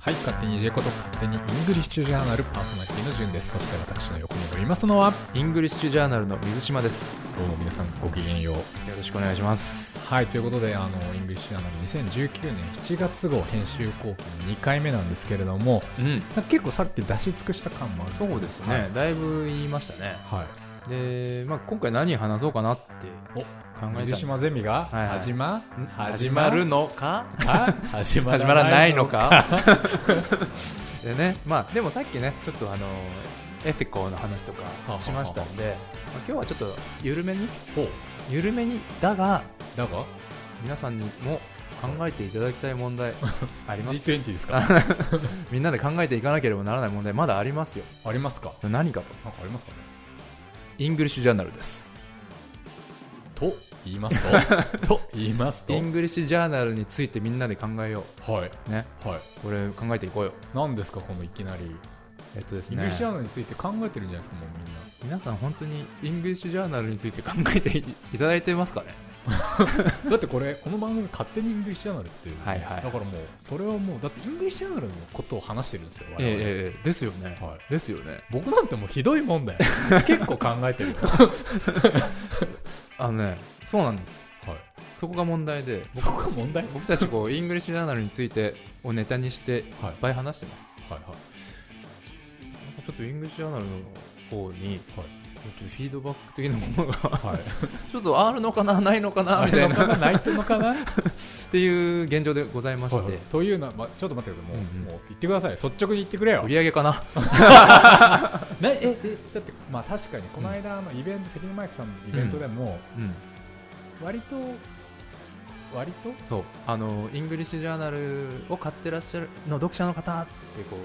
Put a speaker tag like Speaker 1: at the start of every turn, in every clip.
Speaker 1: はい勝手に J こと勝手にイングリッシュジャーナルパーソナリティの順ですそして私の横におりますのは
Speaker 2: イングリッシュジャーナルの水島です。
Speaker 1: どうも皆さんごきげんよう
Speaker 2: よろしくお願いします。
Speaker 1: はいということであのイングリッシュジャーナル2019年7月号編集後期の2回目なんですけれども
Speaker 2: うん。
Speaker 1: 結構さっき出し尽くした感もあるんけど
Speaker 2: そうですね、だいぶ言いましたね。
Speaker 1: はい、はい
Speaker 2: で、まあ、今回何話そうかなって
Speaker 1: お
Speaker 2: 考えたんです
Speaker 1: 水島ゼミが
Speaker 2: はいはい
Speaker 1: 始ま、
Speaker 2: ん
Speaker 1: 始
Speaker 2: 始
Speaker 1: ま
Speaker 2: ま
Speaker 1: る
Speaker 2: る
Speaker 1: の
Speaker 2: のか
Speaker 1: か始
Speaker 2: 始まらないのか でね、まあ、でもさっきね、ちょっとあの、エピコの話とか
Speaker 1: はあ
Speaker 2: しましたんで、まあ、今日はちょっと緩めに、
Speaker 1: ほう
Speaker 2: 緩めに、だが、
Speaker 1: だが
Speaker 2: 皆さんにも考えていただきたい問題あり ます。
Speaker 1: G20 ですか
Speaker 2: みんなで考えていかなければならない問題、まだありますよ。
Speaker 1: ありますか
Speaker 2: 何かと。
Speaker 1: なんかありますかね
Speaker 2: イングリッシュジャーナルです。
Speaker 1: と言います とと言いますと
Speaker 2: イングリッシュジャーナルについてみんなで考えよ。
Speaker 1: はいう
Speaker 2: ね。
Speaker 1: はい
Speaker 2: これ考えていこうよ。
Speaker 1: 何ですかこのいきなり
Speaker 2: えっとです
Speaker 1: イングリ
Speaker 2: ね
Speaker 1: ッシュ。ジャーナルについて考えてるんじゃないですかもうみんな
Speaker 2: 皆さん本当にイングリッシュジャーナルについて考えていいただいてますかね
Speaker 1: だってこれこの番組勝手にイングリッシュジャーナルっていう、
Speaker 2: はいはい
Speaker 1: だからもうそれはもうだってイングリッシュジャーナルのことを話してるんですよ我々
Speaker 2: ええええ、ですよね
Speaker 1: は
Speaker 2: ですよね。
Speaker 1: 僕なんてもうひどいもんだ よ結構考えてるよ、は
Speaker 2: あのね、そうなんです。
Speaker 1: い、
Speaker 2: そこが問題で、僕
Speaker 1: そこが問題
Speaker 2: 僕たちこう、イングリッシュジャーナルについてをネタにして、いっ
Speaker 1: はい
Speaker 2: ぱい話してます。
Speaker 1: はいはい
Speaker 2: ちょっとイングリッシュジャーナルの方に、
Speaker 1: はい
Speaker 2: ちょっとフィードバック的なものが、
Speaker 1: はい、
Speaker 2: ちょっとあるのかな、ないのかな、みたいな、っ
Speaker 1: 泣いてるの かな、はい
Speaker 2: ていう現状でございまして、
Speaker 1: はいというのは、ま、ちょっと待ってください、もう,、
Speaker 2: うんうん
Speaker 1: もう言ってください、率直に言ってくれよ
Speaker 2: 売。り上げかな
Speaker 1: なええだって、まあ、確かにこの間のイベント、関根マイクさんのイベントでも、
Speaker 2: うん
Speaker 1: 割と、割と、
Speaker 2: そうあのイングリッシュジャーナルを買ってらっしゃるの読者の方ってこう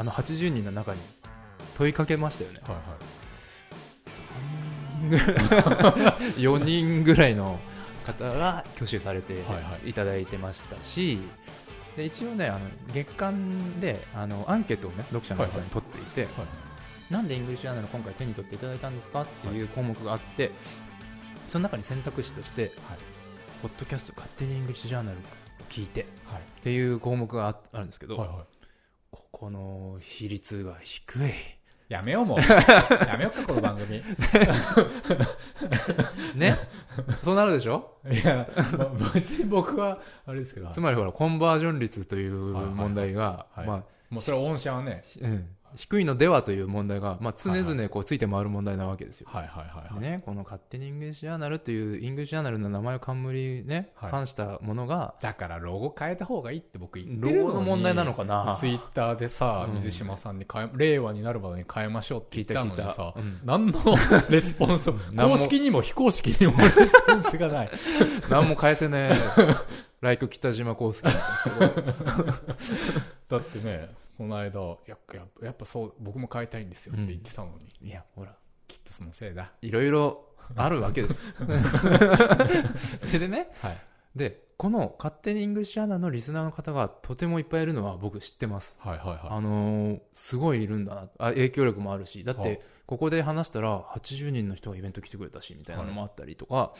Speaker 2: あの80人の中に問いかけましたよ ね
Speaker 1: はいはい、
Speaker 2: 4人ぐらいの方が挙手されて
Speaker 1: はいはい
Speaker 2: ただいてましたしで一応ねあの月間であのアンケートをね読者の皆さんに取っていて、
Speaker 1: はい
Speaker 2: なんでイングリッシュジャーナルを今回手に取っていただいたんですかっていう項目があって、その中に選択肢として、
Speaker 1: はい
Speaker 2: ポッドキャスト勝手にイングリッシュジャーナルを聞いてっ
Speaker 1: はい
Speaker 2: ていう項目がああるんですけど、
Speaker 1: はいはい、
Speaker 2: ここの比率が 低い。
Speaker 1: やめよう、 もう、やめようか、この番組。い
Speaker 2: ねそうなるでしょ
Speaker 1: や、ま別に僕は、あれですけど、
Speaker 2: つまりほら、コンバージョン率という
Speaker 1: はいはい
Speaker 2: 問題が、
Speaker 1: はい
Speaker 2: ま
Speaker 1: もうそれ、御社はね
Speaker 2: あ、、しうん、低いのではという問題が、まあ、常
Speaker 1: はい
Speaker 2: 々こうついて回る問題なわけですよ。
Speaker 1: はいはいはい、
Speaker 2: で
Speaker 1: はい
Speaker 2: ね、この勝手にイングリッシュジャーナルという、イングリッシュジャーナルの名前を冠にね、
Speaker 1: はい
Speaker 2: 冠したものが、
Speaker 1: だから、ロゴ変えた方がいいって僕言ってる
Speaker 2: 老
Speaker 1: の
Speaker 2: 後
Speaker 1: に
Speaker 2: の問題なのかな
Speaker 1: ツイッターでさ
Speaker 2: う、ん
Speaker 1: 水島さんに変え、令和になるまでに変えましょうって
Speaker 2: 聞
Speaker 1: 言
Speaker 2: い
Speaker 1: った
Speaker 2: た
Speaker 1: の
Speaker 2: 聞い
Speaker 1: に
Speaker 2: た
Speaker 1: さ
Speaker 2: う、ん
Speaker 1: 何のレスポンスも、 公
Speaker 2: 何も
Speaker 1: 式にも非公式にもレスポンスがない。
Speaker 2: 何も返 せねえライク北島康介
Speaker 1: だってね、この間、やっぱ、やっぱやっぱそう、僕も変えたいんですよって言ってたのに、
Speaker 2: いやほら
Speaker 1: きっとそのせいだ。
Speaker 2: いろいろあるわけですよ それでね
Speaker 1: はい。
Speaker 2: でこの「勝手にイングリッシュアナ」のリスナーの方がとてもいっぱいいるのは僕知ってます
Speaker 1: はいはいは
Speaker 2: あのーすごいいるんだなあ影響力もあるしだっ
Speaker 1: はい
Speaker 2: てここで話したら80人の人がイベント来てくれたしみたいなのもあったりとか、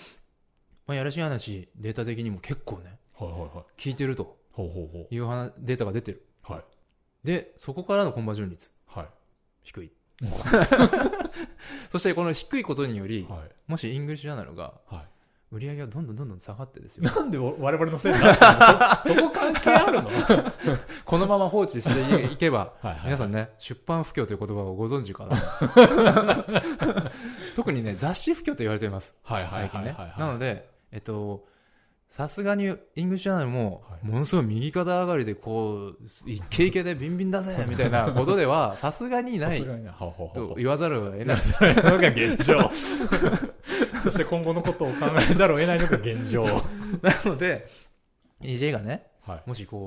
Speaker 2: まあ、やらしい話データ的にも結構ね
Speaker 1: い。はいはいはい。
Speaker 2: 聞いてると
Speaker 1: ほうほうほ
Speaker 2: いう話データが出てる
Speaker 1: う。はい。
Speaker 2: でそこからのコンバージョン率
Speaker 1: はい。
Speaker 2: 低 い。そしてこの低いことにより、
Speaker 1: はい。
Speaker 2: もしイングリッシュジャーナルが
Speaker 1: はい。
Speaker 2: 売り上げがどんどんどんどん下がってですよ。
Speaker 1: なんで我我々のせいになったのそそこ 関係あるのはい
Speaker 2: このまま放置していけば、
Speaker 1: はい。
Speaker 2: 皆さ
Speaker 1: ん。
Speaker 2: んね、出版不況という言葉をご存知かな。 特にね、雑誌不況と言われています。
Speaker 1: はいはいはい
Speaker 2: 最近ね
Speaker 1: はい。。
Speaker 2: なので、えっと、さすがにイングリッシュジャーナルも
Speaker 1: は、い
Speaker 2: ものすごい右肩上がりで、こう、イッケイケでビンビンだ ぜみたいなことでは、さすがにな
Speaker 1: さ
Speaker 2: い
Speaker 1: す がにね、ほうほうほう
Speaker 2: と言わざるを得ない。
Speaker 1: それのが現状 そして今後のことを考えざるを得ないのが現状は
Speaker 2: な ので、EJ がね、
Speaker 1: い
Speaker 2: もしこ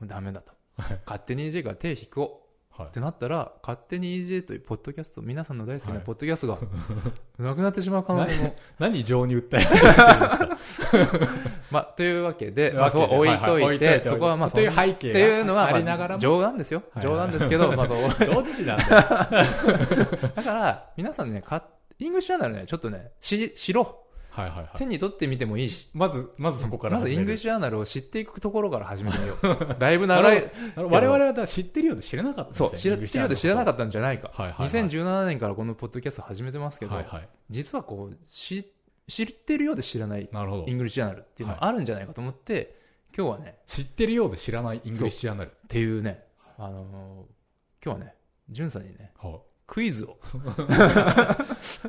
Speaker 2: う、もうダメだと
Speaker 1: はい。
Speaker 2: 勝手に EJ が手引こ
Speaker 1: はいう
Speaker 2: ってなったら、勝手に EJ というポッドキャスト、皆さんの大好き
Speaker 1: は
Speaker 2: ないポッドキャスト が、なくなってしまう可能性も。
Speaker 1: 何情に訴え始めてるんですか
Speaker 2: まあ、というわけで、まあ、そこは置
Speaker 1: はい
Speaker 2: と
Speaker 1: はい
Speaker 2: て、そこはまあ、
Speaker 1: という
Speaker 2: そん
Speaker 1: 背
Speaker 2: っ
Speaker 1: 景
Speaker 2: ていうの
Speaker 1: が
Speaker 2: は、
Speaker 1: あり
Speaker 2: ま
Speaker 1: ながら
Speaker 2: あ、
Speaker 1: も
Speaker 2: 冗談ですよ。
Speaker 1: はい
Speaker 2: 冗談ですけど、まあ、そう。
Speaker 1: どっちなんだ
Speaker 2: だから、皆さんね、かイングリッシュジャーナルね、ちょっとね、し、しろ。
Speaker 1: はいはいは
Speaker 2: 手
Speaker 1: い
Speaker 2: に取ってみてもいいし
Speaker 1: まずまずそこから
Speaker 2: まず
Speaker 1: 始
Speaker 2: イン
Speaker 1: め
Speaker 2: グリ
Speaker 1: る
Speaker 2: ッシュジャーナルを知っていくところから始めてようだいぶ長
Speaker 1: なる
Speaker 2: い
Speaker 1: あの我々はだ知ってるようで知らなかったんです
Speaker 2: そ
Speaker 1: よイン
Speaker 2: う知ら
Speaker 1: グリッ
Speaker 2: 知
Speaker 1: シ
Speaker 2: ら
Speaker 1: ュ
Speaker 2: 知らなか
Speaker 1: っ
Speaker 2: ったんじゃないか
Speaker 1: はいはいはい
Speaker 2: 2017年からこのポッドキャスト始めてますけど、
Speaker 1: はいはい
Speaker 2: 実はこうし知ってるようで知らない
Speaker 1: なるほど
Speaker 2: イングリッシュジャーナルっていうのはあるんじゃないかと思って、今日はね
Speaker 1: 知ってるようで知らないイングリッシュジャーナル
Speaker 2: っていうねあのー今日はねジュンさんにね
Speaker 1: はい
Speaker 2: クイズを、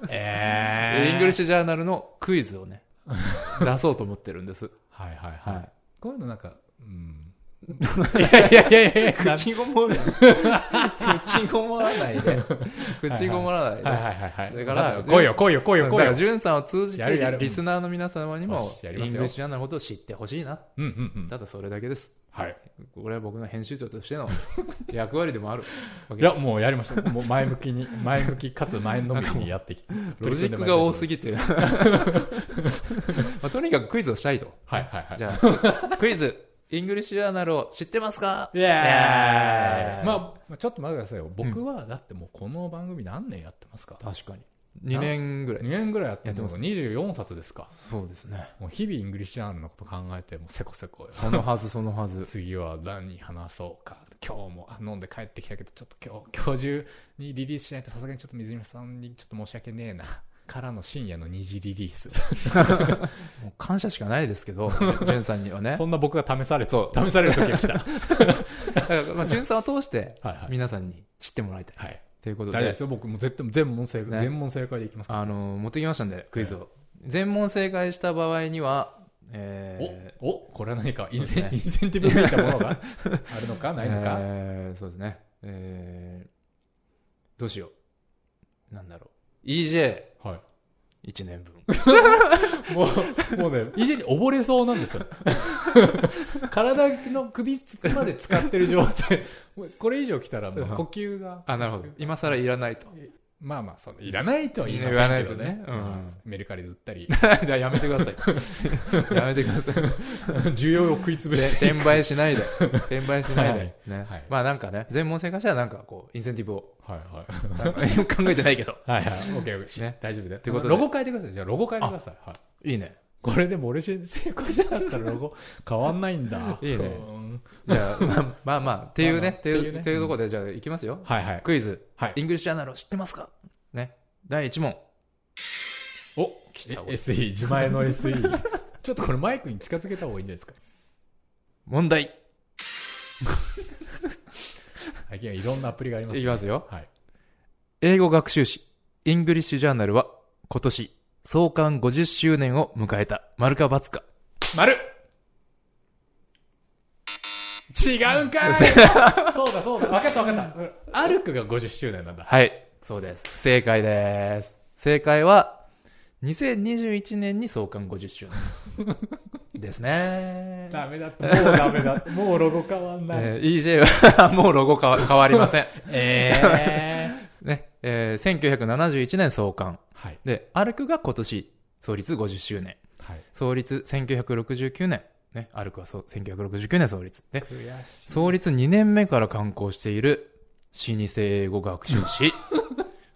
Speaker 1: え
Speaker 2: イングリッ
Speaker 1: ュ
Speaker 2: シュジャーナルのクイズを ね出そうと思ってるんです
Speaker 1: はいはいはい、
Speaker 2: はい
Speaker 1: こういうのなんかうんいやいやいやいやいやなん
Speaker 2: 口ごもる口ごもらないで口ごもらないで、
Speaker 1: はいはいはいはい
Speaker 2: だから
Speaker 1: なんよ来いよ来いよ来いよ
Speaker 2: だか
Speaker 1: 来い
Speaker 2: ら、
Speaker 1: よ
Speaker 2: ジュンさんを通じ
Speaker 1: やるや
Speaker 2: て
Speaker 1: る
Speaker 2: リスナーの皆様にも、
Speaker 1: よ
Speaker 2: イン
Speaker 1: しやり
Speaker 2: グリ
Speaker 1: ます
Speaker 2: ッシ
Speaker 1: よ
Speaker 2: ュジャーナルのことを知ってほしいな。
Speaker 1: うんうんうん
Speaker 2: ただそれだけです。
Speaker 1: はい
Speaker 2: これは僕の編集長 としての役割でもあるわけ
Speaker 1: い
Speaker 2: で
Speaker 1: や
Speaker 2: す。
Speaker 1: もうやりましょうもう前向きに 前向きかつ前のめりにやってきて
Speaker 2: ロジックが多す
Speaker 1: ぎ
Speaker 2: ぎて。ま あ、とにかくクイズをしたいと。
Speaker 1: はいはいはい
Speaker 2: じゃあ、クイズ、イングリッシュジャーナルを知ってますか
Speaker 1: イエーイ
Speaker 2: まあ、
Speaker 1: まあちょっと待ってくださいよ僕はだってもうこの番組何年やってますか
Speaker 2: 確かに。2年ぐらい
Speaker 1: 2。年ぐらいやって
Speaker 2: やって
Speaker 1: も
Speaker 2: ま
Speaker 1: う
Speaker 2: す
Speaker 1: 24冊ですか
Speaker 2: そうですね。
Speaker 1: もう日々イングリッシュジャーナルのこと考えてもうせこせこよ
Speaker 2: その はず、そのはず。
Speaker 1: 次は何に話そうか今日もあ飲んで帰ってきたけどちょっと今日今日中にリリースしないとさすがにちょっと水島さんにちょっと申し訳ねえなからの深夜の2次リリース
Speaker 2: もう感謝しかないです けど、ジュンさんにはね。
Speaker 1: そんな僕が試されて
Speaker 2: そ
Speaker 1: 試される時が 来たはい
Speaker 2: だからまあ、ジュンさんを通して、
Speaker 1: はい、
Speaker 2: 皆さんに知ってもらいたい。
Speaker 1: はい、
Speaker 2: というこ
Speaker 1: 大
Speaker 2: と
Speaker 1: 丈夫で、
Speaker 2: です
Speaker 1: よ僕もう絶対全問正解、
Speaker 2: ね
Speaker 1: 全問正解でいきますか
Speaker 2: あの、持ってきましたんで、クイズを。全問正解した場合には、
Speaker 1: ら、
Speaker 2: え
Speaker 1: おおこれは何かインセン,、
Speaker 2: そうですね
Speaker 1: インセンティブみたいなも のがあるのか
Speaker 2: ー
Speaker 1: ないのか、
Speaker 2: えーそうですね。えーどうしよう。なんだろう。EJ1
Speaker 1: は
Speaker 2: 年
Speaker 1: い、
Speaker 2: 分。
Speaker 1: もうもうね以上に溺れそうなんです よ体の首まで使ってる状態もうこれ以上来たらもう呼吸が
Speaker 2: あ、なるほど。今更いらない と。
Speaker 1: まあまあそのいらないとは言いま
Speaker 2: 言わ
Speaker 1: せ
Speaker 2: なんい
Speaker 1: け
Speaker 2: です
Speaker 1: ど
Speaker 2: よ
Speaker 1: ね
Speaker 2: ねうん
Speaker 1: メルカリで売ったり
Speaker 2: やめてください。 やめてください。
Speaker 1: 需要を食い潰
Speaker 2: で
Speaker 1: して
Speaker 2: 転売 しないで。転売しないで。ね
Speaker 1: はい
Speaker 2: まあなんかね、全問正解したらなんかこう、インセンテ ィブを。
Speaker 1: はいはい
Speaker 2: なんか 考えてないけど。
Speaker 1: はい はいオッケーオッケーし
Speaker 2: ね
Speaker 1: 大丈夫だよ
Speaker 2: ということで
Speaker 1: ロゴ変えてくださいじゃあロゴ変えてください、はい、
Speaker 2: いいね。
Speaker 1: これでも俺成功しなかったらロゴ 変わんないんだ
Speaker 2: いいね
Speaker 1: うん
Speaker 2: じゃあ、 まあまあまあ、っていう
Speaker 1: まあまあ
Speaker 2: ね、ってい
Speaker 1: っていう
Speaker 2: う、
Speaker 1: ね
Speaker 2: っていうところで、じゃあ行きますよ。
Speaker 1: はいはい
Speaker 2: クイズ、
Speaker 1: はい
Speaker 2: イングリッシュジャーナルを知ってますかね。第1問。
Speaker 1: お
Speaker 2: 来
Speaker 1: え
Speaker 2: た
Speaker 1: SE 自前の SE ちょっとこれマイクに近づけた方がいいんじゃないですか
Speaker 2: 問題。
Speaker 1: 最近はいろんなアプリがあります
Speaker 2: いきますよ。
Speaker 1: はい
Speaker 2: 英語学習誌、イングリッシュジャーナルは、今年、創刊50周年を迎えた、丸か×か。
Speaker 1: 丸違うんかいそうだそうだ分かった分かったアルクが50周年なんだ
Speaker 2: はい。そうです。不正解です。正解は、2021年に創刊50周 年。ですね。
Speaker 1: ダメだってもうダメだってもうロゴ変わんない
Speaker 2: えー EJ は もうロゴ変わ変わりません。
Speaker 1: ええー
Speaker 2: ね。えー1971年創刊。
Speaker 1: はい
Speaker 2: で、アルクが今年、創立50周年。
Speaker 1: はい
Speaker 2: 創立1969年。ね、アルクはそう1969年創立。ね、
Speaker 1: 悔し
Speaker 2: 創立2年目から刊行している、老舗英語学習 誌。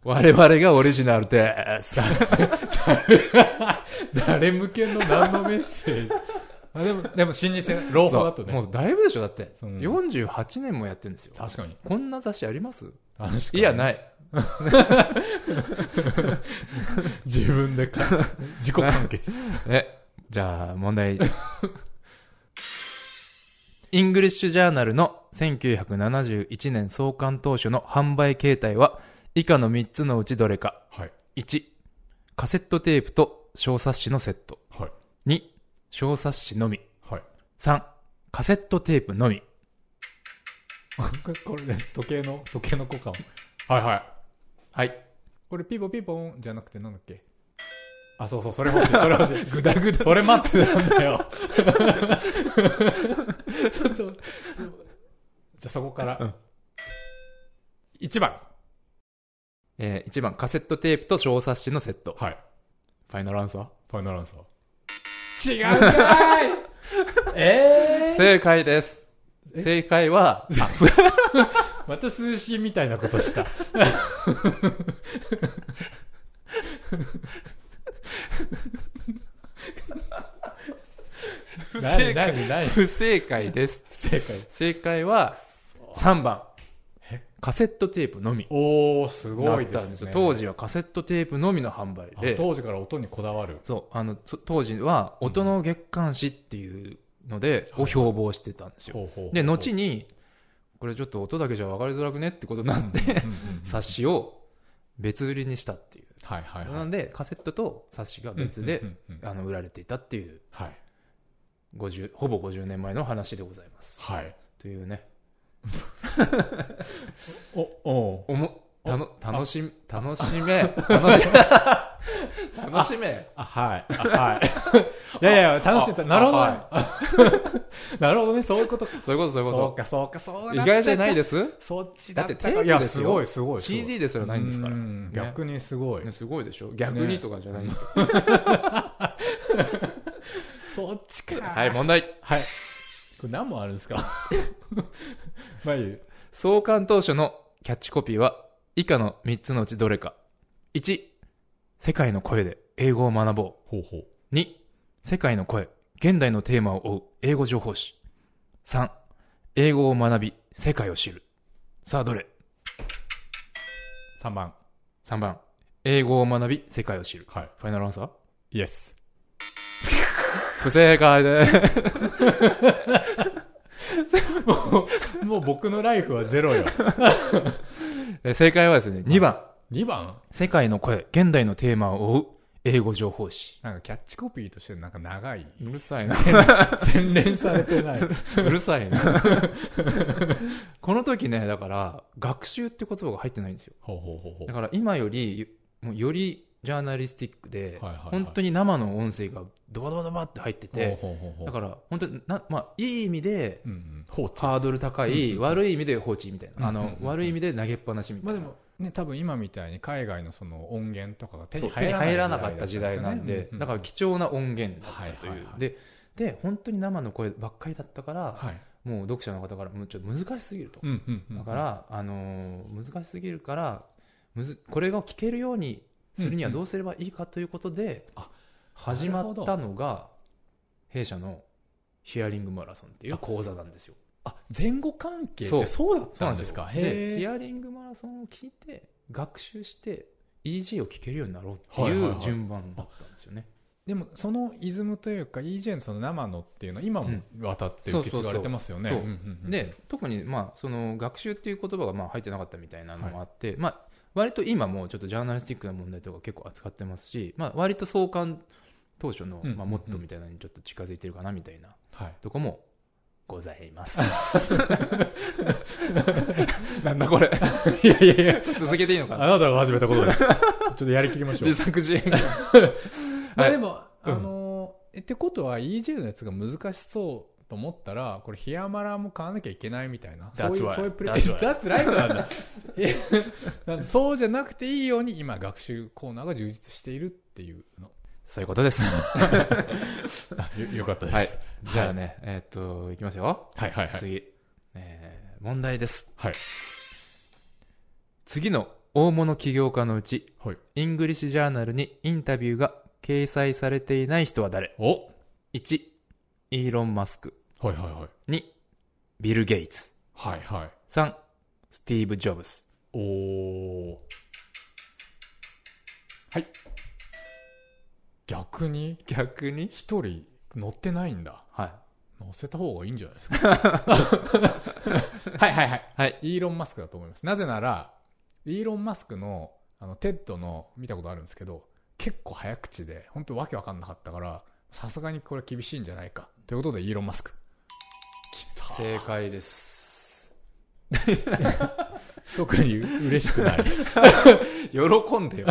Speaker 2: 我々がオリジナルです。
Speaker 1: い誰向けの何のメッセージあでもでも新日戦朗報だとね
Speaker 2: もうだいぶでしょ、だって。
Speaker 1: そう
Speaker 2: 48年もやってるんですよ。
Speaker 1: 確かに
Speaker 2: こんな雑誌あります
Speaker 1: 確かに
Speaker 2: いや、ない。
Speaker 1: 自分で か自己完結
Speaker 2: え、じゃあ問題。 イングリッシュジャーナルの1971年創刊当初の販売形態は以下の3つのうちどれか。
Speaker 1: はい
Speaker 2: 1、カセットテープと小冊子のセット。
Speaker 1: はい
Speaker 2: 2、小冊子のみ。
Speaker 1: はい
Speaker 2: 3、カセットテープのみ。
Speaker 1: これね時計の時計の効果音はいはい
Speaker 2: はい。
Speaker 1: これピボピボンじゃなくてなんだっけあそうそうそれ欲しいそれ欲 しいグダグダそれ待ってたんだよちょっとちょっとじゃあそこから、
Speaker 2: うん
Speaker 1: 一1番
Speaker 2: えー、1番、カセットテープと小冊子のセット。
Speaker 1: はい
Speaker 2: ファイナルアンサー
Speaker 1: ファイナルアンサー違うんかい えー、
Speaker 2: 正解です。
Speaker 1: え
Speaker 2: 正 解は、あ
Speaker 1: また数式みたいなことした
Speaker 2: 不
Speaker 1: 何
Speaker 2: 正解。
Speaker 1: 何何
Speaker 2: 不正解です。
Speaker 1: 正解。
Speaker 2: 正解は3番。カセットテープのみ。
Speaker 1: おー、す
Speaker 2: だ
Speaker 1: ご
Speaker 2: っ
Speaker 1: いで
Speaker 2: たんです
Speaker 1: す
Speaker 2: よ
Speaker 1: ね。
Speaker 2: 当時はカセットテープのみの販売
Speaker 1: あ
Speaker 2: で、
Speaker 1: 当時から音にこだわる。
Speaker 2: そう、あの、そ当時は音の月刊誌っていうので、
Speaker 1: はい
Speaker 2: を標榜してたんですよ。
Speaker 1: ほうほうほうほう
Speaker 2: で、後に、これちょっと音だけじゃ分かりづらくねってことになって、
Speaker 1: うんうんうん
Speaker 2: 冊子を別売りにしたっていう。
Speaker 1: はいはい
Speaker 2: な
Speaker 1: は
Speaker 2: んで、カセットと冊子が
Speaker 1: い。
Speaker 2: 別で
Speaker 1: う、んうんうんうん
Speaker 2: あの、売られていたっていう、
Speaker 1: はい。
Speaker 2: 50、ほぼ50年前の話でございます。
Speaker 1: はい。
Speaker 2: というね、
Speaker 1: お、おう
Speaker 2: おも、たの、楽しみ、楽し め、楽しめ、楽しめ。
Speaker 1: あ、はい。あ、はい。い やいや、楽しんでた。
Speaker 2: あ
Speaker 1: なるほどね
Speaker 2: は。
Speaker 1: なるほどね。そういうことか。
Speaker 2: そういうこと、そういう
Speaker 1: そう
Speaker 2: こ
Speaker 1: か、そうか、そう
Speaker 2: と。
Speaker 1: な
Speaker 2: 意
Speaker 1: っち
Speaker 2: 外じゃない
Speaker 1: で。
Speaker 2: です
Speaker 1: そっちだったか
Speaker 2: だってテープ
Speaker 1: いや、
Speaker 2: です
Speaker 1: す
Speaker 2: よ
Speaker 1: ごい、すごい。すごい
Speaker 2: ?CD ですらないんですから。
Speaker 1: うん
Speaker 2: ね
Speaker 1: 逆にすごい。
Speaker 2: ねすごいでしょ逆にとかじゃない、
Speaker 1: そっちか。
Speaker 2: はい、問題。
Speaker 1: はい。これ何問あるんですか まあいい。
Speaker 2: 創刊当初のキャッチコピーは、以下の3つのうちどれか。1、世界の声で英語を学ぼ
Speaker 1: ほうほう。
Speaker 2: う。2、世界の声、現代のテーマを追う英語情報誌。3、英語を学び、世界を知る。さあ、どれ
Speaker 1: 3番。
Speaker 2: ?3 番、英語を学び、世界を知る。
Speaker 1: はい。
Speaker 2: ファイナルアンサー
Speaker 1: イエス。
Speaker 2: 不正解です。
Speaker 1: もう僕のライフはゼロよ。
Speaker 2: え正解はですね、2番、
Speaker 1: 2番
Speaker 2: 世界の声、現代のテーマを追う英語情報誌。
Speaker 1: なんかキャッチコピーとしてなんか長い。
Speaker 2: うるさいな。
Speaker 1: 洗練されてない。
Speaker 2: うるさ いな。この時ね、だから、学習って言葉が入ってないんですよ。
Speaker 1: ほうほうほうほ
Speaker 2: だから今より、よもうよりジャーナリスティックで、
Speaker 1: はいはいはい
Speaker 2: 本当に生の音声がドバドバドバって入って
Speaker 1: う。
Speaker 2: て、
Speaker 1: ほうほうほうほう。
Speaker 2: だから本当にな、まあ、いい意味で、
Speaker 1: うんうん。放置。
Speaker 2: ハードル高
Speaker 1: うん
Speaker 2: い、
Speaker 1: うん
Speaker 2: 悪い意味で放置みたいな。あ
Speaker 1: うんうん
Speaker 2: の
Speaker 1: う、んうん
Speaker 2: 悪い意味で投げっぱなしみた
Speaker 1: まあ
Speaker 2: い
Speaker 1: で
Speaker 2: な。
Speaker 1: も、ね、多分今みたいに海外のその音源とかが手
Speaker 2: そ
Speaker 1: に
Speaker 2: う手
Speaker 1: 入
Speaker 2: に
Speaker 1: らない
Speaker 2: 入らなかった時代なんで、だから
Speaker 1: きっ
Speaker 2: 貴重な音源だったとい
Speaker 1: はいはいうは。い
Speaker 2: で、で、本当に生の声ばっかりだったから、
Speaker 1: はい。
Speaker 2: もう読者の方から、もうちょっと難しすぎると。
Speaker 1: うんうんうん。
Speaker 2: だか、ら、あのー難しすぎるからむずこれが聞けるようにするには
Speaker 1: うんうん
Speaker 2: どうすればいいかということで、
Speaker 1: あ
Speaker 2: 始まったのが弊社のヒアリングマラソンっていう講座なんですよ。
Speaker 1: あ、前後関係っ
Speaker 2: そう
Speaker 1: てそうだったんです
Speaker 2: よ
Speaker 1: か
Speaker 2: で
Speaker 1: へ
Speaker 2: ヒ
Speaker 1: え。
Speaker 2: アリングマラソンを聞いて学習して EG を聞けるようになろうって
Speaker 1: はいはい
Speaker 2: い
Speaker 1: は
Speaker 2: う
Speaker 1: い
Speaker 2: 順番だったんですよね。
Speaker 1: でも、そのイズムというか、EJ のその生のっていうのは今も渡って受け継がれてますよね。
Speaker 2: そう
Speaker 1: う
Speaker 2: そ
Speaker 1: ん
Speaker 2: う
Speaker 1: う
Speaker 2: そ
Speaker 1: んうん、
Speaker 2: で特にまあその学習っていう言葉がまあ入ってなかったみたいなのもあって、まあ、割と今もうちょっとジャーナリスティックな問題とか結構扱ってますし、まあ、割と創刊当初の
Speaker 1: うん
Speaker 2: まあモットーみたいなのにちょっと近づいてるかなみたいな
Speaker 1: はい。
Speaker 2: とこもございます。なんだこれ
Speaker 1: いやいやいや、
Speaker 2: 続けていいのか
Speaker 1: あ
Speaker 2: な
Speaker 1: なたが始めたこと です。ちょっとやりきりましょう
Speaker 2: 自。作自演
Speaker 1: ま
Speaker 2: は
Speaker 1: あ
Speaker 2: い
Speaker 1: でも、
Speaker 2: うん
Speaker 1: あのーえってことは EJ のやつが難しそうと思ったらこれヒアマラも買わなきゃいけないみたいなそう
Speaker 2: That's
Speaker 1: いう
Speaker 2: right.
Speaker 1: そういうプレイ
Speaker 2: That's right.
Speaker 1: ツライトなんだえ なんでそうじゃなくていいように今学習コーナーが充実しているっていうの
Speaker 2: そういうことです。
Speaker 1: よよかった
Speaker 2: はい
Speaker 1: す、。
Speaker 2: じゃあね、えーっと、いきますよ。
Speaker 1: はい、はいはいはい
Speaker 2: 次、えー問題です。
Speaker 1: はい
Speaker 2: 次の大物起業家のうち、
Speaker 1: はい
Speaker 2: イングリッシュジャーナルにインタビューが掲載されていない人は誰
Speaker 1: お
Speaker 2: ?1、イーロン・マスク。
Speaker 1: はいはいはい
Speaker 2: 2、ビル・ゲイツ。
Speaker 1: はいはい
Speaker 2: 3、スティーブ・ジョブス。
Speaker 1: おーはい逆に
Speaker 2: 逆に
Speaker 1: 一人乗ってないんだ
Speaker 2: はい。
Speaker 1: 乗せた方がいいんじゃないですか。はいはいはい。
Speaker 2: はい。
Speaker 1: イーロン・マスクだと思います。なぜなら、イーロン・マスクの、あの、テッドの見たことあるんですけど、結構早口で、本当わけわかんなかったから、さすがにこれ厳しいんじゃないか。ということで、イーロン・マスク。きた。
Speaker 2: 正解です。
Speaker 1: 特に嬉しく ない。
Speaker 2: 喜んでよ。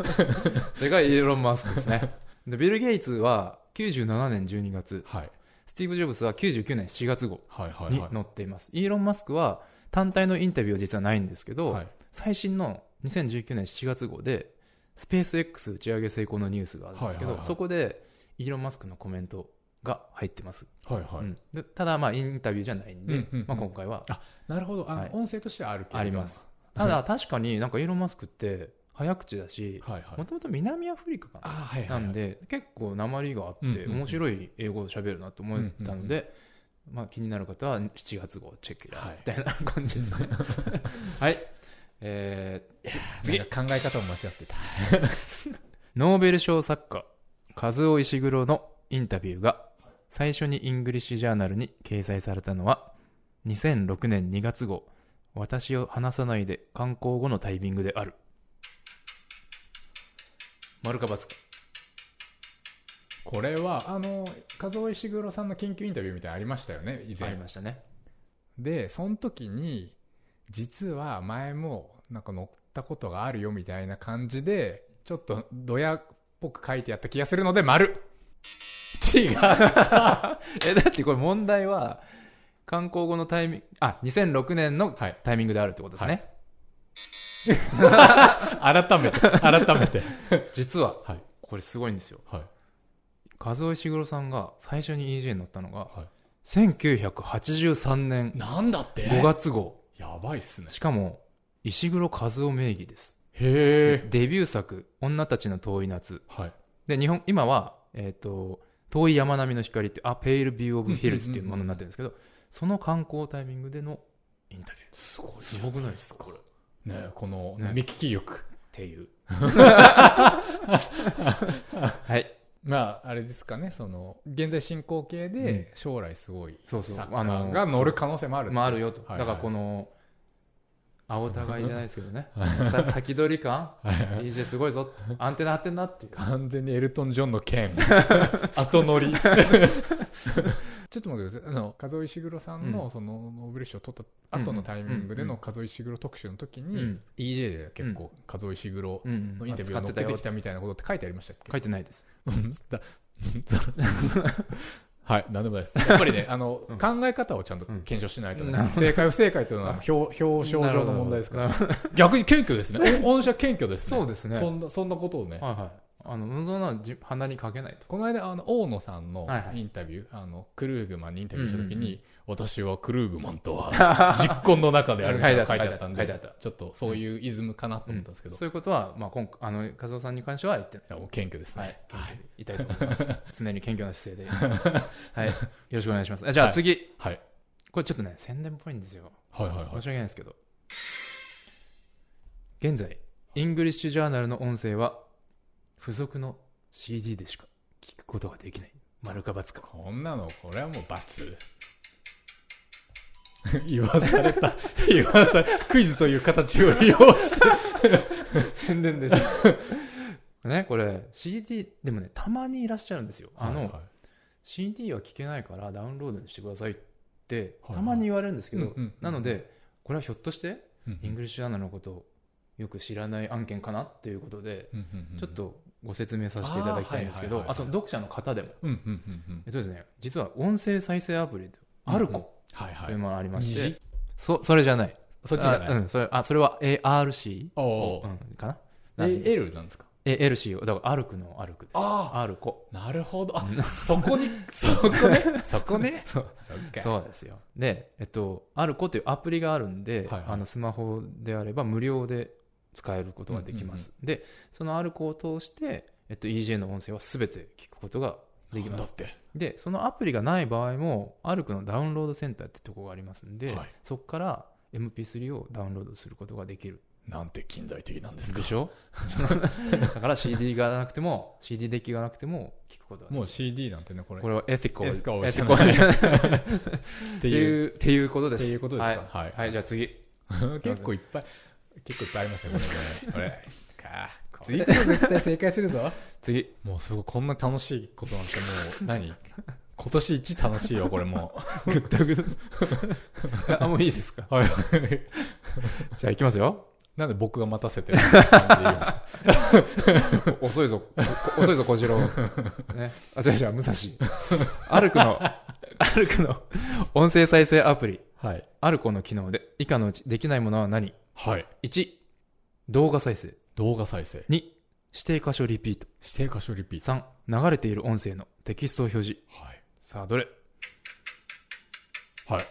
Speaker 2: 正解、イーロン・マスクですね。でビル・ゲイツは97年12月、
Speaker 1: はい。
Speaker 2: スティーブ・ジョブスは99年7月号
Speaker 1: はいはい
Speaker 2: に
Speaker 1: はい。
Speaker 2: 載っています。イーロン・マスクは単体のインタビューは実はないんですけど、
Speaker 1: はい。
Speaker 2: 最新の2019年7月号で、スペース X 打ち上げ成功のニュースがあるんですけど、
Speaker 1: はいはいはい
Speaker 2: そこでイーロン・マスクのコメントが入ってます。
Speaker 1: はいは
Speaker 2: う
Speaker 1: い。
Speaker 2: んでただ、まあ、インタビューじゃないんで、
Speaker 1: うんうんうん
Speaker 2: まあ、今回は
Speaker 1: なるほど。あ
Speaker 2: はい
Speaker 1: の、音声としてはあるけれども
Speaker 2: ありま。す。ただ、確かになんかイーロン・マスクって、早口だし
Speaker 1: はいはい
Speaker 2: もともと南アフリカか
Speaker 1: あ
Speaker 2: な
Speaker 1: はいはいは
Speaker 2: ないんで結構りがあって
Speaker 1: うんうんうん
Speaker 2: 面白い英語を喋るなと思ったのでまあ気になる方は7月号チェックだ
Speaker 1: はい
Speaker 2: みたいな感 じですねはいえー次
Speaker 1: なんか考え方を間違ってた
Speaker 2: ノーベル賞作家カズオ・イシグロのインタビューが最初にイングリッシュジャーナルに掲載されたのは2006年2月号私を話さないで観光後のタイミングである丸かバツか
Speaker 1: これはあの和尾石黒さんの緊急インタビューみたいなのありましたよね以
Speaker 2: あ
Speaker 1: 前
Speaker 2: りましたね
Speaker 1: でその時に実は前もなんか乗ったことがあるよみたいな感じでちょっとドヤっぽく書いてやった気がするので丸違う
Speaker 2: えだってこれ問題は観光後のタイミングあ2006年の
Speaker 1: はい
Speaker 2: タイミングであるってことですね、
Speaker 1: 改 めて改めて
Speaker 2: 実は
Speaker 1: はい
Speaker 2: これすごいんですよ
Speaker 1: はい
Speaker 2: 和尾石黒さんが最初に EJ に乗ったのが
Speaker 1: は
Speaker 2: 1983年
Speaker 1: いなんだって
Speaker 2: 5月号
Speaker 1: やばいっすね
Speaker 2: しかも石黒和夫名義です、
Speaker 1: へえ
Speaker 2: デビュー作「女たちの遠い夏
Speaker 1: はい」
Speaker 2: で日本今は、えーと「遠い山並みの光」って「あペイルビュー・オブ・ヒルズ」っていうものになってるんですけどその観光タイミングでのインタビューっ
Speaker 1: すごい
Speaker 2: すごくないです
Speaker 1: かこれねこの
Speaker 2: ね
Speaker 1: 見聞き力、
Speaker 2: て いうはい
Speaker 1: まああれですかねその現在進行形で将来すごいサ
Speaker 2: そうそう
Speaker 1: ッカ
Speaker 2: あの
Speaker 1: ーが乗る可能性もあるっていう
Speaker 2: まああるよと、
Speaker 1: はい
Speaker 2: だからこの青互いじゃないですけどねさ先取り感 DJ すごいぞとアンテナ張ってんなっていう
Speaker 1: 完全にエルトン・ジョンの 剣後乗りちょっと待ってくださいあの和尾石黒さん
Speaker 2: う
Speaker 1: のそのノーベル賞を取った後のタイミングでの和尾石黒特集の時に、
Speaker 2: うん
Speaker 1: EJ で結構和尾石黒
Speaker 2: うん
Speaker 1: のインタビューを載
Speaker 2: 使っ
Speaker 1: って
Speaker 2: た
Speaker 1: けて
Speaker 2: よ
Speaker 1: きたみたいなことって書いてありましたっけ
Speaker 2: 書いてないです
Speaker 1: うんだはい、なんでもないです。やっぱりね、あ の、
Speaker 2: うん
Speaker 1: 考え方をちゃんと
Speaker 2: うん
Speaker 1: 検証しないと、
Speaker 2: なるほ
Speaker 1: 正解不正解というの は表、
Speaker 2: あ
Speaker 1: 表彰上の問題ですから。
Speaker 2: ら
Speaker 1: 逆に謙虚ですね。 お御社謙虚ですね。
Speaker 2: そうです ね
Speaker 1: そんな、そんなことをね。
Speaker 2: はいはい。あの、運動なじ鼻にかけないと。
Speaker 1: この間、あの、大野さんの
Speaker 2: はいはい
Speaker 1: インタビュー、あの、クルーグマンにインタビューしたとき
Speaker 2: うんうんう
Speaker 1: に、私はクルーグマンと は実婚の中であるみたいなの書いてあったん
Speaker 2: 書いて
Speaker 1: で
Speaker 2: あった書いてあっ、
Speaker 1: ちょっとそういうイズムかなと思ったんですけど、
Speaker 2: そういうことは、まあ、今あの、和夫さんに関しては言ってない。
Speaker 1: いやもう謙虚です
Speaker 2: は
Speaker 1: ね
Speaker 2: い。。いたいと思います。 常に謙虚な姿勢で。はい。よろしくお願いします。じゃあ次。
Speaker 1: はい。
Speaker 2: これちょっとね、宣伝っぽいんですよ。
Speaker 1: はいはいはい
Speaker 2: 申し。訳ないですけど。現在、イングリッシュジャーナルの音声は、付属の CD でしか聞くことができない。丸か×か。
Speaker 1: こんなの、これはもう罰。 言わされ た、言わされ、クイズという形を利用して。
Speaker 2: 宣伝です。ね、これ CD でもねたまにいらっしゃるんですよあの、
Speaker 1: はいはい
Speaker 2: CD は聴けないからダウンロードにしてくださいって
Speaker 1: はいはい
Speaker 2: たまに言われるんですけ
Speaker 1: う
Speaker 2: ど、
Speaker 1: んうんうん
Speaker 2: なのでこれはひょっとして
Speaker 1: うん
Speaker 2: イングリッシュアナのことをよく知らない案件かなっていうことで、
Speaker 1: うんうんうん
Speaker 2: ちょっとご説明させていただきたいんですけ
Speaker 1: あー
Speaker 2: ど
Speaker 1: はいはいはいはい
Speaker 2: あその読者の方でも
Speaker 1: うんうんうんうん
Speaker 2: えっとですね実は音声再生アプリでアルコ
Speaker 1: はいは
Speaker 2: という
Speaker 1: い
Speaker 2: ものがありまして、
Speaker 1: 虹
Speaker 2: そそれじゃない
Speaker 1: そっちじゃ
Speaker 2: あ
Speaker 1: な
Speaker 2: う
Speaker 1: い
Speaker 2: ん、それあそれは ARC、
Speaker 1: お
Speaker 2: う
Speaker 1: お
Speaker 2: ん、かな
Speaker 1: ー
Speaker 2: なんで
Speaker 1: え L なんですか
Speaker 2: え、エルシーを、だから、歩くの歩くです。
Speaker 1: あ
Speaker 2: 歩こ。
Speaker 1: あなるほどあ
Speaker 2: うん
Speaker 1: そこに そこねそこね
Speaker 2: そう。
Speaker 1: そっか
Speaker 2: そうですよ。で、えっと、歩こうというアプリがあるんで、
Speaker 1: はいはい
Speaker 2: あの、スマホであれば無料で使えることができます。で、その歩こうを通して、えっと、EJ の音声は全て聞くことができま
Speaker 1: だ
Speaker 2: す
Speaker 1: っ。て
Speaker 2: で、そのアプリがない場合も、歩くのダウンロードセンターってとこがありますんで、
Speaker 1: はい
Speaker 2: そこから MP3 をダウンロードすることができる。
Speaker 1: なんて近代的なんですか
Speaker 2: でしょ だから CD がなくても、CD デッキがなくても聞くことができる。
Speaker 1: もう CD なんてねこれ
Speaker 2: こ
Speaker 1: っ
Speaker 2: れはエティコ
Speaker 1: エティコル
Speaker 2: エティコル って
Speaker 1: ていう
Speaker 2: いう、っていうことで
Speaker 1: っ
Speaker 2: す。
Speaker 1: ていうことですか
Speaker 2: はい。 はい、じゃあ次。
Speaker 1: あ結構いっぱい結構いっぱいありますねこれねこれか
Speaker 2: こ
Speaker 1: 次こそ絶対正解するぞ
Speaker 2: 次。
Speaker 1: もうすごいこんな楽しいことなんてもう 何今年一楽しいよこれも
Speaker 2: グッダグッ あ、もういいで すか。
Speaker 1: うはい
Speaker 2: じゃあ行きますよ。
Speaker 1: なんで僕が待たせ てる感じ
Speaker 2: お遅いぞ。お遅いぞ、小 次郎。ね。あ、違う違う、武蔵。歩く の、歩くの、音声再生アプリ、
Speaker 1: はい
Speaker 2: 歩くの機能で、以下のうちできないものは何
Speaker 1: はい
Speaker 2: ?1、動画再生。
Speaker 1: 動画再生
Speaker 2: 2、指定箇所リピート。
Speaker 1: 指定箇所リピート
Speaker 2: 3、流れている音声のテキストを表示。
Speaker 1: はい
Speaker 2: さあ、どれ
Speaker 1: はい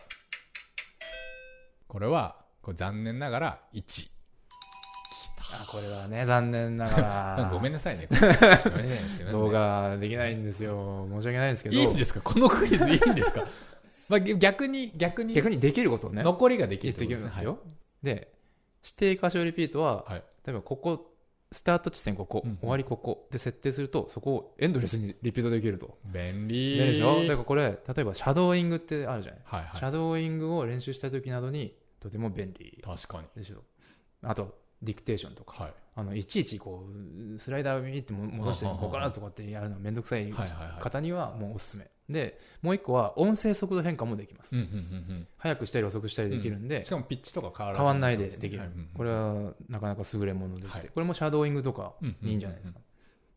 Speaker 1: これはこれ残念ながら1
Speaker 2: あこれはね残念なが ら
Speaker 1: ごめんなさいね。ごめんなさいねすいませんね
Speaker 2: 動画できないんですよ申し訳ないですけど
Speaker 1: いいんですかこのクイズいいん ですかまあ逆に、逆に、
Speaker 2: 逆にできることをね
Speaker 1: 残りができ
Speaker 2: 言
Speaker 1: る
Speaker 2: っていきます
Speaker 1: よ。
Speaker 2: よ、で指定箇所リピートは、
Speaker 1: はい
Speaker 2: 例えばここスタート地点ここ、
Speaker 1: うんうん
Speaker 2: 終わりここで設定するとそこをエンドレスにリピートできると、
Speaker 1: 便利。
Speaker 2: でしょだか
Speaker 1: はい
Speaker 2: らこれ例えばシャドーイングってあるじゃない、シ
Speaker 1: は
Speaker 2: ャドーイングを練習した時などにとても便
Speaker 1: い。
Speaker 2: 利
Speaker 1: 確かに。
Speaker 2: でしょあとディクテーションとか
Speaker 1: はい。
Speaker 2: あのいちいちこうスライダーを見っても戻して
Speaker 1: うんうんうん
Speaker 2: ここからとかってやるのめんどくさい
Speaker 1: はいはいはい
Speaker 2: 方にはもうおすすめでもう一個は音声速度変化もできます、
Speaker 1: うんうん
Speaker 2: 早くしたり遅くしたりできるんで、
Speaker 1: うんしかもピッチとか変わらず
Speaker 2: 変わんないでできる、
Speaker 1: はいうんうん
Speaker 2: これはなかなか優れものでして、
Speaker 1: はい
Speaker 2: これもシャドーイングとか
Speaker 1: うん
Speaker 2: いいんじゃないですか、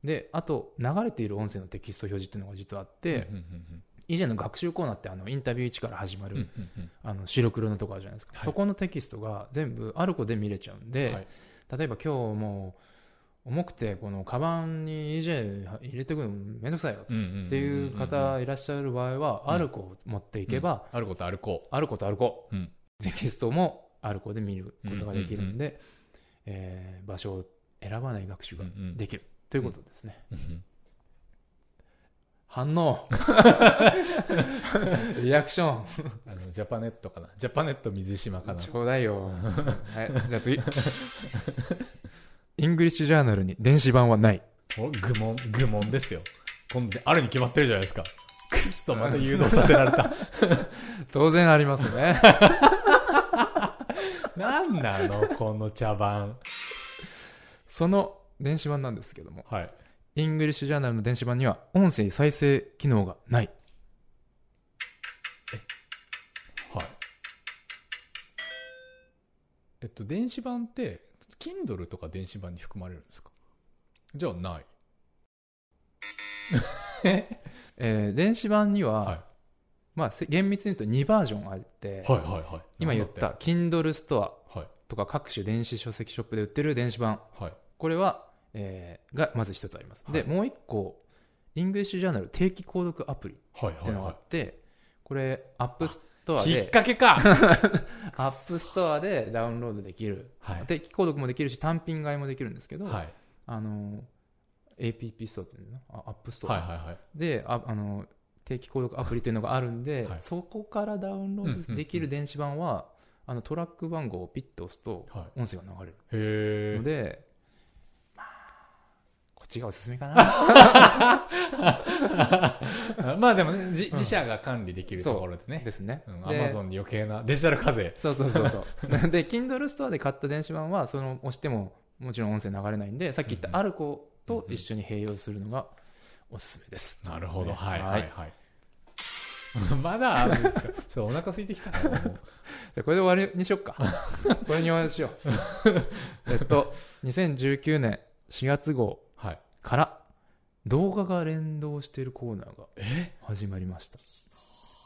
Speaker 2: であと流れている音声のテキスト表示っていうのが実はあっ
Speaker 1: うん
Speaker 2: て、
Speaker 1: うんうん
Speaker 2: 以前の学習コーナーってあのインタビュー1から始ま
Speaker 1: う
Speaker 2: る、
Speaker 1: んうんうん
Speaker 2: あの白黒のとこあるじゃないですか、
Speaker 1: はい
Speaker 2: そこのテキストが全部ある子で見れちゃうん
Speaker 1: う
Speaker 2: で、
Speaker 1: んはい
Speaker 2: 例えば今日もう重くてこのカバンに EJ 入れてくのめんどくさいよ
Speaker 1: うんうんうんうん
Speaker 2: っていう方いらっしゃる場合は、
Speaker 1: うん
Speaker 2: ある子を持っていけば、
Speaker 1: あることあるこ
Speaker 2: ある子とある子、
Speaker 1: うん
Speaker 2: テキストもある子で見ることができるん
Speaker 1: う
Speaker 2: で、えー場所を選ばない学習
Speaker 1: うう
Speaker 2: が
Speaker 1: んうん
Speaker 2: できるということですね、
Speaker 1: うんうん
Speaker 2: 反 応リアクション
Speaker 1: あのジャパネットかなジャパネット水島かな
Speaker 2: ちょうだ いよはいじゃあ次イングリッシュジャーナルに電子版はない
Speaker 1: お愚問愚問ですよ今度あるに決まってるじゃないですかくっそまた誘導させられ た
Speaker 2: 当然ありますね
Speaker 1: なんなのこの茶番
Speaker 2: その電子版なんですけども
Speaker 1: はい
Speaker 2: イングリッシュジャーナルの電子版には音声再生機能がない
Speaker 1: はいえっと電子版って Kindle とか電子版に含まれるんですかじゃあない
Speaker 2: えー電子版には、
Speaker 1: はい
Speaker 2: まあ、せ厳密に言うと2バージョンあって、
Speaker 1: はいはいはい
Speaker 2: 今言った Kindle ストア
Speaker 1: はい
Speaker 2: とか各種電子書籍ショップで売ってる電子版
Speaker 1: はい
Speaker 2: これは、えーがまず一つあります、
Speaker 1: はい
Speaker 2: でもう一個イングリッシュジャーナル定期購読アプリっ
Speaker 1: はい
Speaker 2: て
Speaker 1: は
Speaker 2: いう
Speaker 1: い
Speaker 2: のがあっ
Speaker 1: は
Speaker 2: て、これアップストア
Speaker 1: い引っ
Speaker 2: で
Speaker 1: 掛けか
Speaker 2: アップストアでダウンロードできる、
Speaker 1: はい
Speaker 2: 定期購読もできるし単品買いもできるんですけど、
Speaker 1: はい
Speaker 2: あの APP ストアっていうのあアップストア、
Speaker 1: はいはいはい
Speaker 2: でああの定期購読アプリというのがあるんで、
Speaker 1: はい
Speaker 2: そこからダウンロ
Speaker 1: うんうんう
Speaker 2: ード
Speaker 1: ん
Speaker 2: できる電子版は、あのトラック番号をピッと押すと
Speaker 1: は
Speaker 2: 音声が流れる
Speaker 1: いへ
Speaker 2: の
Speaker 1: え
Speaker 2: で、まあこっちがおすすめか な
Speaker 1: まあでもねじ自社が管理できるところでね
Speaker 2: ですね、
Speaker 1: うん
Speaker 2: で
Speaker 1: Amazon に余計なデジタル課税
Speaker 2: そうそうそうそう で Kindle ストアで買った電子版はその押してももちろん音声流れないんでさっき言っ
Speaker 1: う
Speaker 2: た
Speaker 1: んうん
Speaker 2: ある子と一緒に併用するのがおすすめです、
Speaker 1: なるほど、
Speaker 2: ね
Speaker 1: はいはいはい。 まだあるんですか。ちょ っとお腹空いてきたな。も
Speaker 2: じゃあこれで終わりにしよ っか。これに終わりにしよう。 えっと、2019年4月号
Speaker 1: うはい。
Speaker 2: から動画が連動しているコーナーが
Speaker 1: え
Speaker 2: 始まりました。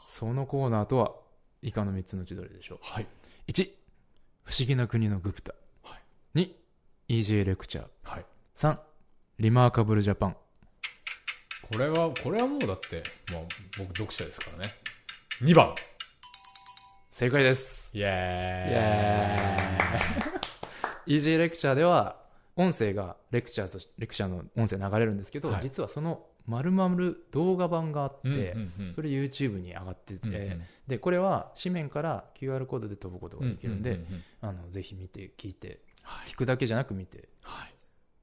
Speaker 2: そのコーナーとは以下の3つのうちどれでしょう
Speaker 1: はい。
Speaker 2: ?1、不思議な国のグプタ。
Speaker 1: はい
Speaker 2: 2、イージーレクチャー。
Speaker 1: はい。
Speaker 2: 3、リマーカブルジャパン。
Speaker 1: これは、これはもうだって、もう僕読者ですからね。2番。
Speaker 2: 正解です。
Speaker 1: イエーイ。
Speaker 2: イエ イージーレクチャーでは音声がレクチャーとしレクチャーの音声流れるんですけど、
Speaker 1: はい
Speaker 2: 実はその丸々動画版があって、
Speaker 1: うんうんうん
Speaker 2: それ YouTube に上がってて、
Speaker 1: うんうん
Speaker 2: でこれは紙面から QR コードで飛ぶことができるんで、
Speaker 1: うううう
Speaker 2: あのぜひ見て聞いて
Speaker 1: はい。
Speaker 2: 聞くだけじゃなく見て
Speaker 1: はい。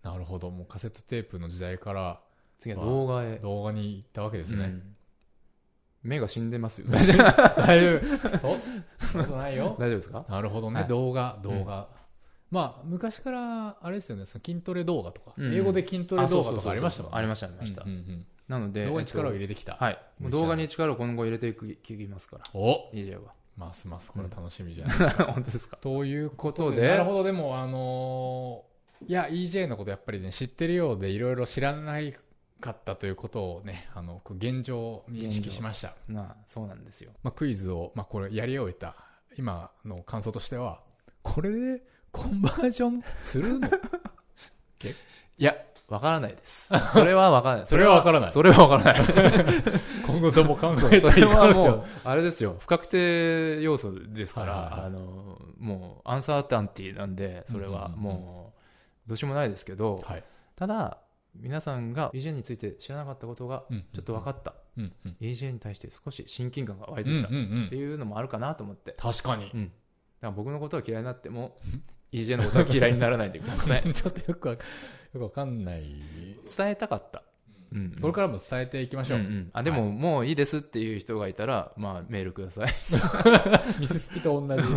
Speaker 1: なるほど。もうカセットテープの時代から
Speaker 2: 次は動画へ、
Speaker 1: 動画に行ったわけです
Speaker 2: う
Speaker 1: ね。
Speaker 2: ん目が死んでます よ
Speaker 1: 大丈夫。 そう。そんなことないよ。
Speaker 2: 大丈夫です か
Speaker 1: なるほどね、
Speaker 2: はい
Speaker 1: 動画動画、まあ昔からあれですよねその筋トレ動画とか、
Speaker 2: うん
Speaker 1: 英語で筋トレ動画とかありましたもん
Speaker 2: あり
Speaker 1: ね
Speaker 2: ましたありました、
Speaker 1: うんうん
Speaker 2: なの
Speaker 1: う
Speaker 2: で
Speaker 1: ん動画に力を入
Speaker 2: れて、
Speaker 1: れてきた、
Speaker 2: はい、もう動画に力を今後入れていくいきますから
Speaker 1: お
Speaker 2: いいじゃんは
Speaker 1: ますますこれ楽しみじゃない、ん、
Speaker 2: 本当ですか
Speaker 1: ということ
Speaker 2: というこ
Speaker 1: で
Speaker 2: とで
Speaker 1: なるほどでもあのーいや EJ のことやっぱりね知ってるようでいろいろ知らないかったということをねあのこう現状を認識しました、
Speaker 2: なあそうなんですよ
Speaker 1: まあ、クイズを、まあ、これやり終えた今の感想としてはこれでコンバージョンするの
Speaker 2: いや、わからない です。それはわからな い。
Speaker 1: それは分からない
Speaker 2: それはわからない。
Speaker 1: 今後とも考
Speaker 2: そ
Speaker 1: えていかなく
Speaker 2: れ
Speaker 1: て
Speaker 2: はも
Speaker 1: は
Speaker 2: う、あれですよ、不確定要素ですから、
Speaker 1: はいはいはい
Speaker 2: あの、もう、アンサータンティーなんで、それは
Speaker 1: うんうんうん
Speaker 2: もどうしようもないですけど、
Speaker 1: はい。
Speaker 2: ただ皆さんが EJ について知らなかったことが
Speaker 1: うん
Speaker 2: ちょっと分かった、
Speaker 1: うんうん。
Speaker 2: EJ に対して少し親近感が湧いて
Speaker 1: うんう
Speaker 2: き
Speaker 1: ん
Speaker 2: たっ
Speaker 1: うん
Speaker 2: ていうのもあるかなと思って、
Speaker 1: 確かに
Speaker 2: う。んだから僕のことは嫌いになっても EJ のことは嫌いにならないでください
Speaker 1: ちょっとよくわかよくわかんない。
Speaker 2: 伝えたかった、うん、
Speaker 1: これからも伝えていきましょ
Speaker 2: うん
Speaker 1: う。
Speaker 2: うん、あでも、もういいですっていう人がいたら、まあ、メールください
Speaker 1: ミセスピと同じ処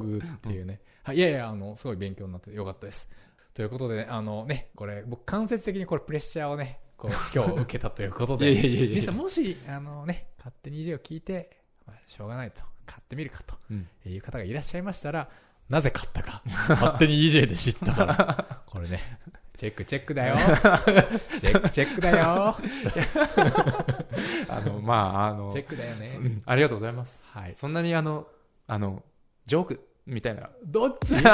Speaker 1: 遇っていう ね。はい、いやいや、あの、すごい勉強になってよかったです。ということでね、あのね、これ、僕、間接的にこれ、プレッシャーをね、 こう、今日受けたということ
Speaker 2: いやいや
Speaker 1: で、
Speaker 2: いやいや
Speaker 1: 皆さん、もし、あのね、勝手に EJ を聞いて、まあ、しょうがないと、買ってみるかと
Speaker 2: うん
Speaker 1: いう方がいらっしゃいましたら、なぜ買ったか、勝手に EJ で知った から、これね、チェックチェックだよ。チェックチェックだよ。
Speaker 2: あのまああの
Speaker 1: チェックだよね
Speaker 2: う。んありがとうございます
Speaker 1: はい。
Speaker 2: そんなにあの、あの、ジョークみたいな、
Speaker 1: どっ ちどっ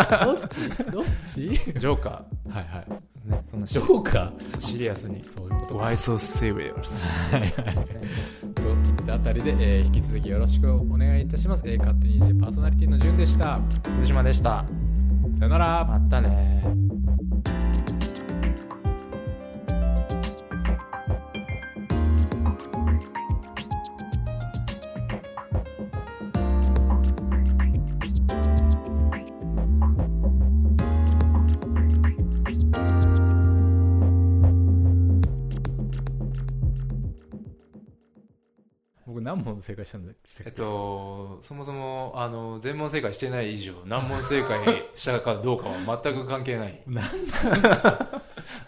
Speaker 1: ちどっち
Speaker 2: ジョーカ
Speaker 1: はいはい。
Speaker 2: ー、ね、そんな
Speaker 1: ジ
Speaker 2: シ
Speaker 1: ョーカ
Speaker 2: シリアスに
Speaker 1: ー。。そういうことか。
Speaker 2: Why so serious?
Speaker 1: といったあたりで、えー引き続きよろしくお願いいたします。えー勝手に EJ パーソナリティの順でした。
Speaker 2: 藤島でした。
Speaker 1: さよなら。
Speaker 2: またね
Speaker 1: 僕何問正解したんだっけ
Speaker 2: えっと、そもそも、あの、全問正解してない以上、難問正解したかどうかは全く関係ない。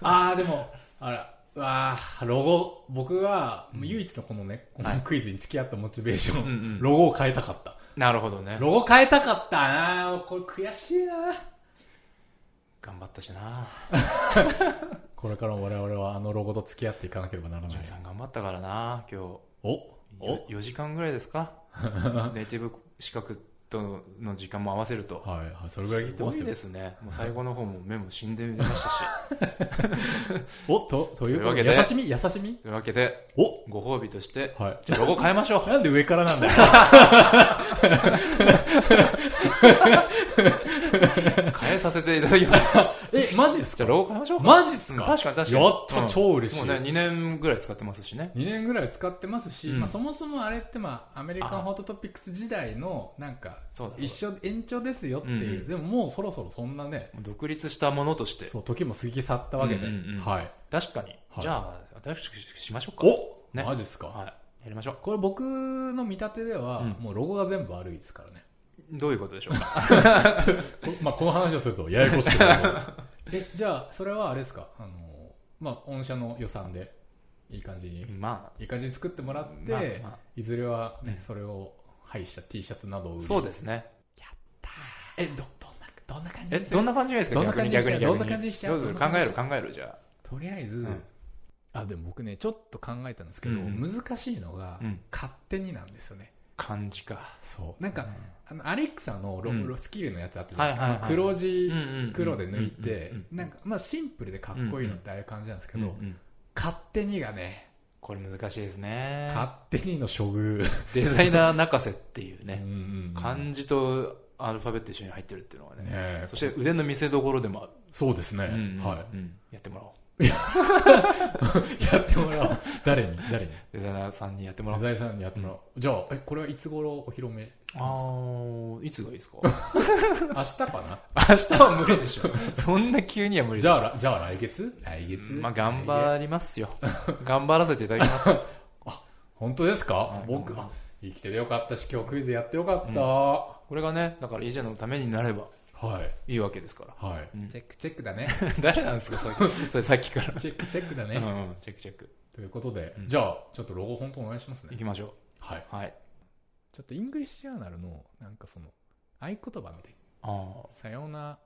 Speaker 1: ああ、でも、あら、うわあ、ロゴ、僕は、もう唯一のこのね、このクイズに付き合ったモチベーション、
Speaker 2: うんうん
Speaker 1: ロゴを変えたかった。
Speaker 2: なるほどね。
Speaker 1: ロゴ変えたかったなーこれ悔しいなー
Speaker 2: 頑張ったしな。
Speaker 1: これからも我々はあのロゴと付き合っていかなければならない
Speaker 2: ジュン。さん頑張ったからな、今日。
Speaker 1: おお
Speaker 2: よ4時間ぐらいです かネイティブ資格との時間も合わせると。
Speaker 1: はいはい、それぐらい言ってます
Speaker 2: ご
Speaker 1: よ
Speaker 2: いで。すね。もう最後の方も目も死んでました し。
Speaker 1: おと、そういうこと
Speaker 2: というわけ
Speaker 1: 優
Speaker 2: で
Speaker 1: しみ優しみ
Speaker 2: というわけで、
Speaker 1: お
Speaker 2: ご褒美として、
Speaker 1: はい。
Speaker 2: じゃあロゴ変えましょ う。
Speaker 1: なんで上からなんだよ。
Speaker 2: 変えさせていただきます。
Speaker 1: え、マジです
Speaker 2: じゃ
Speaker 1: か
Speaker 2: あロゴ変えましょうか。
Speaker 1: マジっす
Speaker 2: うん
Speaker 1: か
Speaker 2: 確かに確かに。
Speaker 1: やった
Speaker 2: うん
Speaker 1: 超嬉しい
Speaker 2: もうね、2年ぐらい使ってますしね。
Speaker 1: 2年ぐらい使ってますし、
Speaker 2: うん
Speaker 1: まあ、そもそもあれって、まあ、アメリカンホットトピックス時代のなんか
Speaker 2: そうだそうだ
Speaker 1: 一緒延長ですよっていう、
Speaker 2: うんうん
Speaker 1: でももうそろそろそんなね
Speaker 2: もう独立したものとして、
Speaker 1: そう時も過ぎ去ったわけで、
Speaker 2: うんうんうん
Speaker 1: はい、
Speaker 2: 確かに。
Speaker 1: はい
Speaker 2: じゃあ、新しくしましょうか。
Speaker 1: お、
Speaker 2: ね
Speaker 1: マジっすか、
Speaker 2: はい。やりましょう。
Speaker 1: これ僕の見立てでは、
Speaker 2: うん
Speaker 1: もうロゴが全部悪いですからね、
Speaker 2: どういうことでしょうか。
Speaker 1: こ まあ、この話をするとややこしくな るえじゃあそれはあれですかあの、まあ、御社の予算でいい感じに、
Speaker 2: ま
Speaker 1: いい感じに作ってもらって、
Speaker 2: まあまあ
Speaker 1: いずれは、ね
Speaker 2: うん
Speaker 1: それを廃した T シャツなどを売
Speaker 2: あ、
Speaker 1: り
Speaker 2: そうですね。
Speaker 1: えどどんなどんな感じ
Speaker 2: え、
Speaker 1: にする
Speaker 2: どんな感じがいいですか
Speaker 1: どんな
Speaker 2: 逆
Speaker 1: 感
Speaker 2: に
Speaker 1: じにし
Speaker 2: 逆
Speaker 1: ちゃうど
Speaker 2: に逆に。
Speaker 1: んな感じにしちゃう
Speaker 2: どうする
Speaker 1: どん
Speaker 2: 考
Speaker 1: な感
Speaker 2: え
Speaker 1: じ
Speaker 2: る考えるじゃ
Speaker 1: とりあえず、
Speaker 2: うん
Speaker 1: あでも僕ねちょっと考えたんですけど、
Speaker 2: うん
Speaker 1: 難しいのが、
Speaker 2: うん
Speaker 1: 勝手になんですよね
Speaker 2: あ。漢字か。
Speaker 1: そうなんか、あのアレクサのロ、
Speaker 2: うん
Speaker 1: ロスキルのやつあったじゃないですか、
Speaker 2: はいはいはい
Speaker 1: あの黒字、
Speaker 2: うんうんうん
Speaker 1: 黒で抜いて、
Speaker 2: うんうんうん
Speaker 1: なんかまあシンプルでかっこいいのってああいう感じなんですけ
Speaker 2: うん
Speaker 1: ど、
Speaker 2: うん
Speaker 1: 勝手にがね
Speaker 2: これ難しいですね。
Speaker 1: 勝手にの処遇、
Speaker 2: デザイナー泣かせっていう
Speaker 1: うん
Speaker 2: ね。
Speaker 1: うんうん
Speaker 2: 漢字とアルファベット一緒に入ってるっていうのがね
Speaker 1: ねえ
Speaker 2: そして腕の見せどころでもある、
Speaker 1: そうですね、は
Speaker 2: はいやってもらおう
Speaker 1: い やってもらおう誰に誰に
Speaker 2: デザイナーさんにやってもら
Speaker 1: 野
Speaker 2: おう
Speaker 1: 財さんにやってもらおう、じゃあえこれはいつ頃お披露目
Speaker 2: あーいつがいいですか明
Speaker 1: 明日かな
Speaker 2: 日は無理でしょ そんな急には無理
Speaker 1: じ
Speaker 2: で
Speaker 1: ゃあら、じゃあ来月来月
Speaker 2: すまあ頑張ります よ頑張らせていただきます
Speaker 1: 本当ですか
Speaker 2: い
Speaker 1: 僕、
Speaker 2: 頑張る
Speaker 1: 生きててよかったし、今日クイズやってよかった。
Speaker 2: うん
Speaker 1: は
Speaker 2: これがねだからイジェのためになれば
Speaker 1: い。
Speaker 2: いいわけですから
Speaker 1: はい、
Speaker 2: うん
Speaker 1: チェックチェック だね。
Speaker 2: 誰なんですかそれ それさっきから
Speaker 1: チェックチェックだ
Speaker 2: う
Speaker 1: ね。
Speaker 2: んうんチェックチェック
Speaker 1: ということで、
Speaker 2: うん
Speaker 1: じゃあ、ちょっとロゴ本当お願いします
Speaker 2: い
Speaker 1: ね。
Speaker 2: きましょ
Speaker 1: はい。
Speaker 2: うはい
Speaker 1: ちょっとイングリッシュジャーナルの、なんかその、合言葉ので、
Speaker 2: あー
Speaker 1: さような、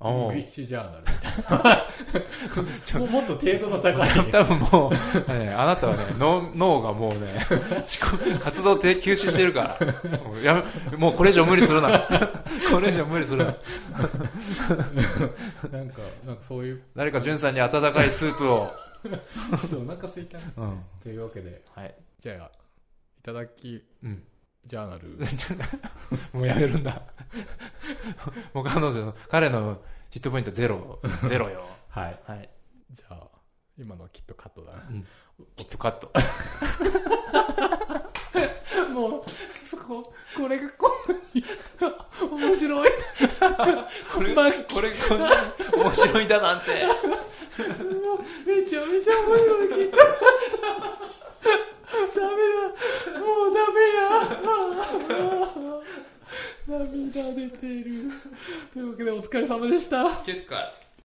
Speaker 2: あ
Speaker 1: イングリ
Speaker 2: ー
Speaker 1: ッシュジャーナル みたいな。もうもっと程度の高い。
Speaker 2: 多分も う、ねあなたはね、脳脳がもう ね、思考、活動停休止してる から。もうやめもうこれ以上無理するな。 これ以上無理するな。
Speaker 1: なんか、なんかそういう、
Speaker 2: 誰かんさんに温かいスープを。
Speaker 1: ちょっとお腹空いたな。
Speaker 2: うん。
Speaker 1: というわけで、
Speaker 2: はい。
Speaker 1: じゃあ、いただき、
Speaker 2: うん。
Speaker 1: ジャーナル。
Speaker 2: もうやめるんだ。もう彼女の、彼のヒットポイントゼロ、ゼロよ。
Speaker 1: はい。
Speaker 2: はい。
Speaker 1: じゃあ、今のはきっとカットだな。
Speaker 2: きっとカット。もう、そこ、これがこんなに面白い。これ、これこんなに 面白いだなんて。
Speaker 1: めちゃめちゃ面白いの聞いた。ダメだ。もうダメや。涙出てる。というわけでお疲れ様でした。
Speaker 2: ゲットカット。